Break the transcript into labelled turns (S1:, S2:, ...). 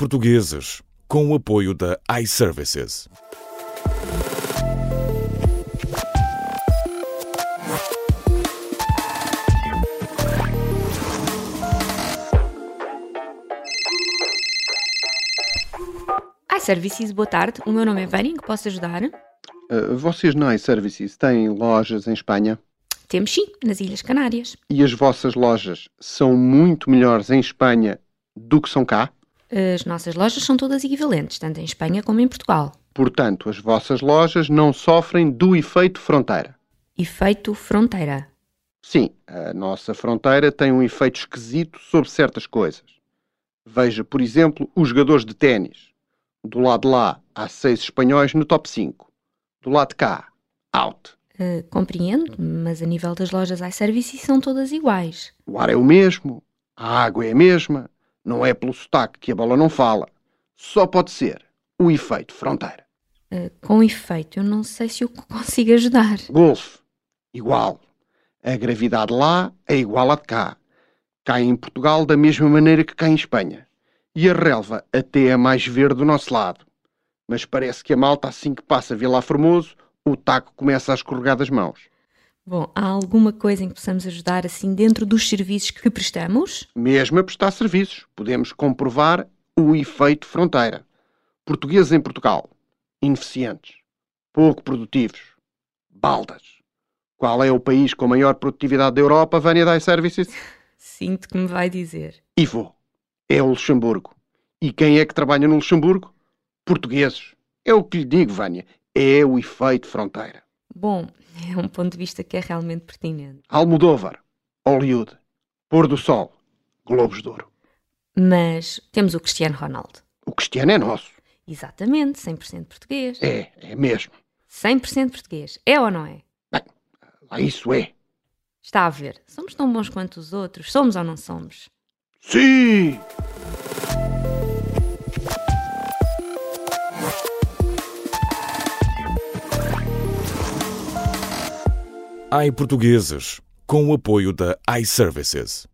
S1: iPortugueses, com o apoio da iServices.
S2: iServices, boa tarde. O meu nome é Vânia, em que posso ajudar?
S3: Uh, Vocês na iServices têm lojas em Espanha?
S2: Temos sim, nas Ilhas Canárias.
S3: E as vossas lojas são muito melhores em Espanha do que são cá?
S2: As nossas lojas são todas equivalentes, tanto em Espanha como em Portugal.
S3: Portanto, as vossas lojas não sofrem do efeito fronteira.
S2: Efeito fronteira.
S3: Sim, a nossa fronteira tem um efeito esquisito sobre certas coisas. Veja, por exemplo, os jogadores de ténis. Do lado de lá, há seis espanhóis no top 5. Do lado de cá, out.
S2: Eh, compreendo, mas a nível das lojas iServices são todas iguais.
S3: O ar é o mesmo, a água é a mesma. Não é pelo sotaque que a bola não fala. Só pode ser o efeito fronteira.
S2: Eh, com efeito, eu não sei se o consigo ajudar.
S3: Golfe, igual. A gravidade lá é igual à de cá. Cá em Portugal, da mesma maneira que cá em Espanha. E a relva até é mais verde do nosso lado. Mas parece que a malta, assim que passa Vila Formoso, o taco começa a escorregar das mãos.
S2: Bom, há alguma coisa em que possamos ajudar assim dentro dos serviços que prestamos?
S3: Mesmo a prestar serviços, podemos comprovar o efeito fronteira. Portugueses em Portugal, ineficientes, pouco produtivos, baldas. Qual é o país com a maior produtividade da Europa, Vânia Dai Services?
S2: Sinto que me vai dizer.
S3: E vou. É o Luxemburgo. E quem é que trabalha no Luxemburgo? Portugueses. É o que lhe digo, Vânia. É o efeito fronteira.
S2: Bom, é um ponto de vista que é realmente pertinente.
S3: Almodóvar, Hollywood, Pôr do Sol, Globos de Ouro.
S2: Mas temos o Cristiano Ronaldo.
S3: O Cristiano é nosso.
S2: Exatamente, 100% português.
S3: É, é mesmo.
S2: 100% português. É ou não é?
S3: Lá isso é.
S2: Está a ver. Somos tão bons quanto os outros. Somos ou não somos?
S3: Sim!
S1: iPortugueses, com o apoio da iServices.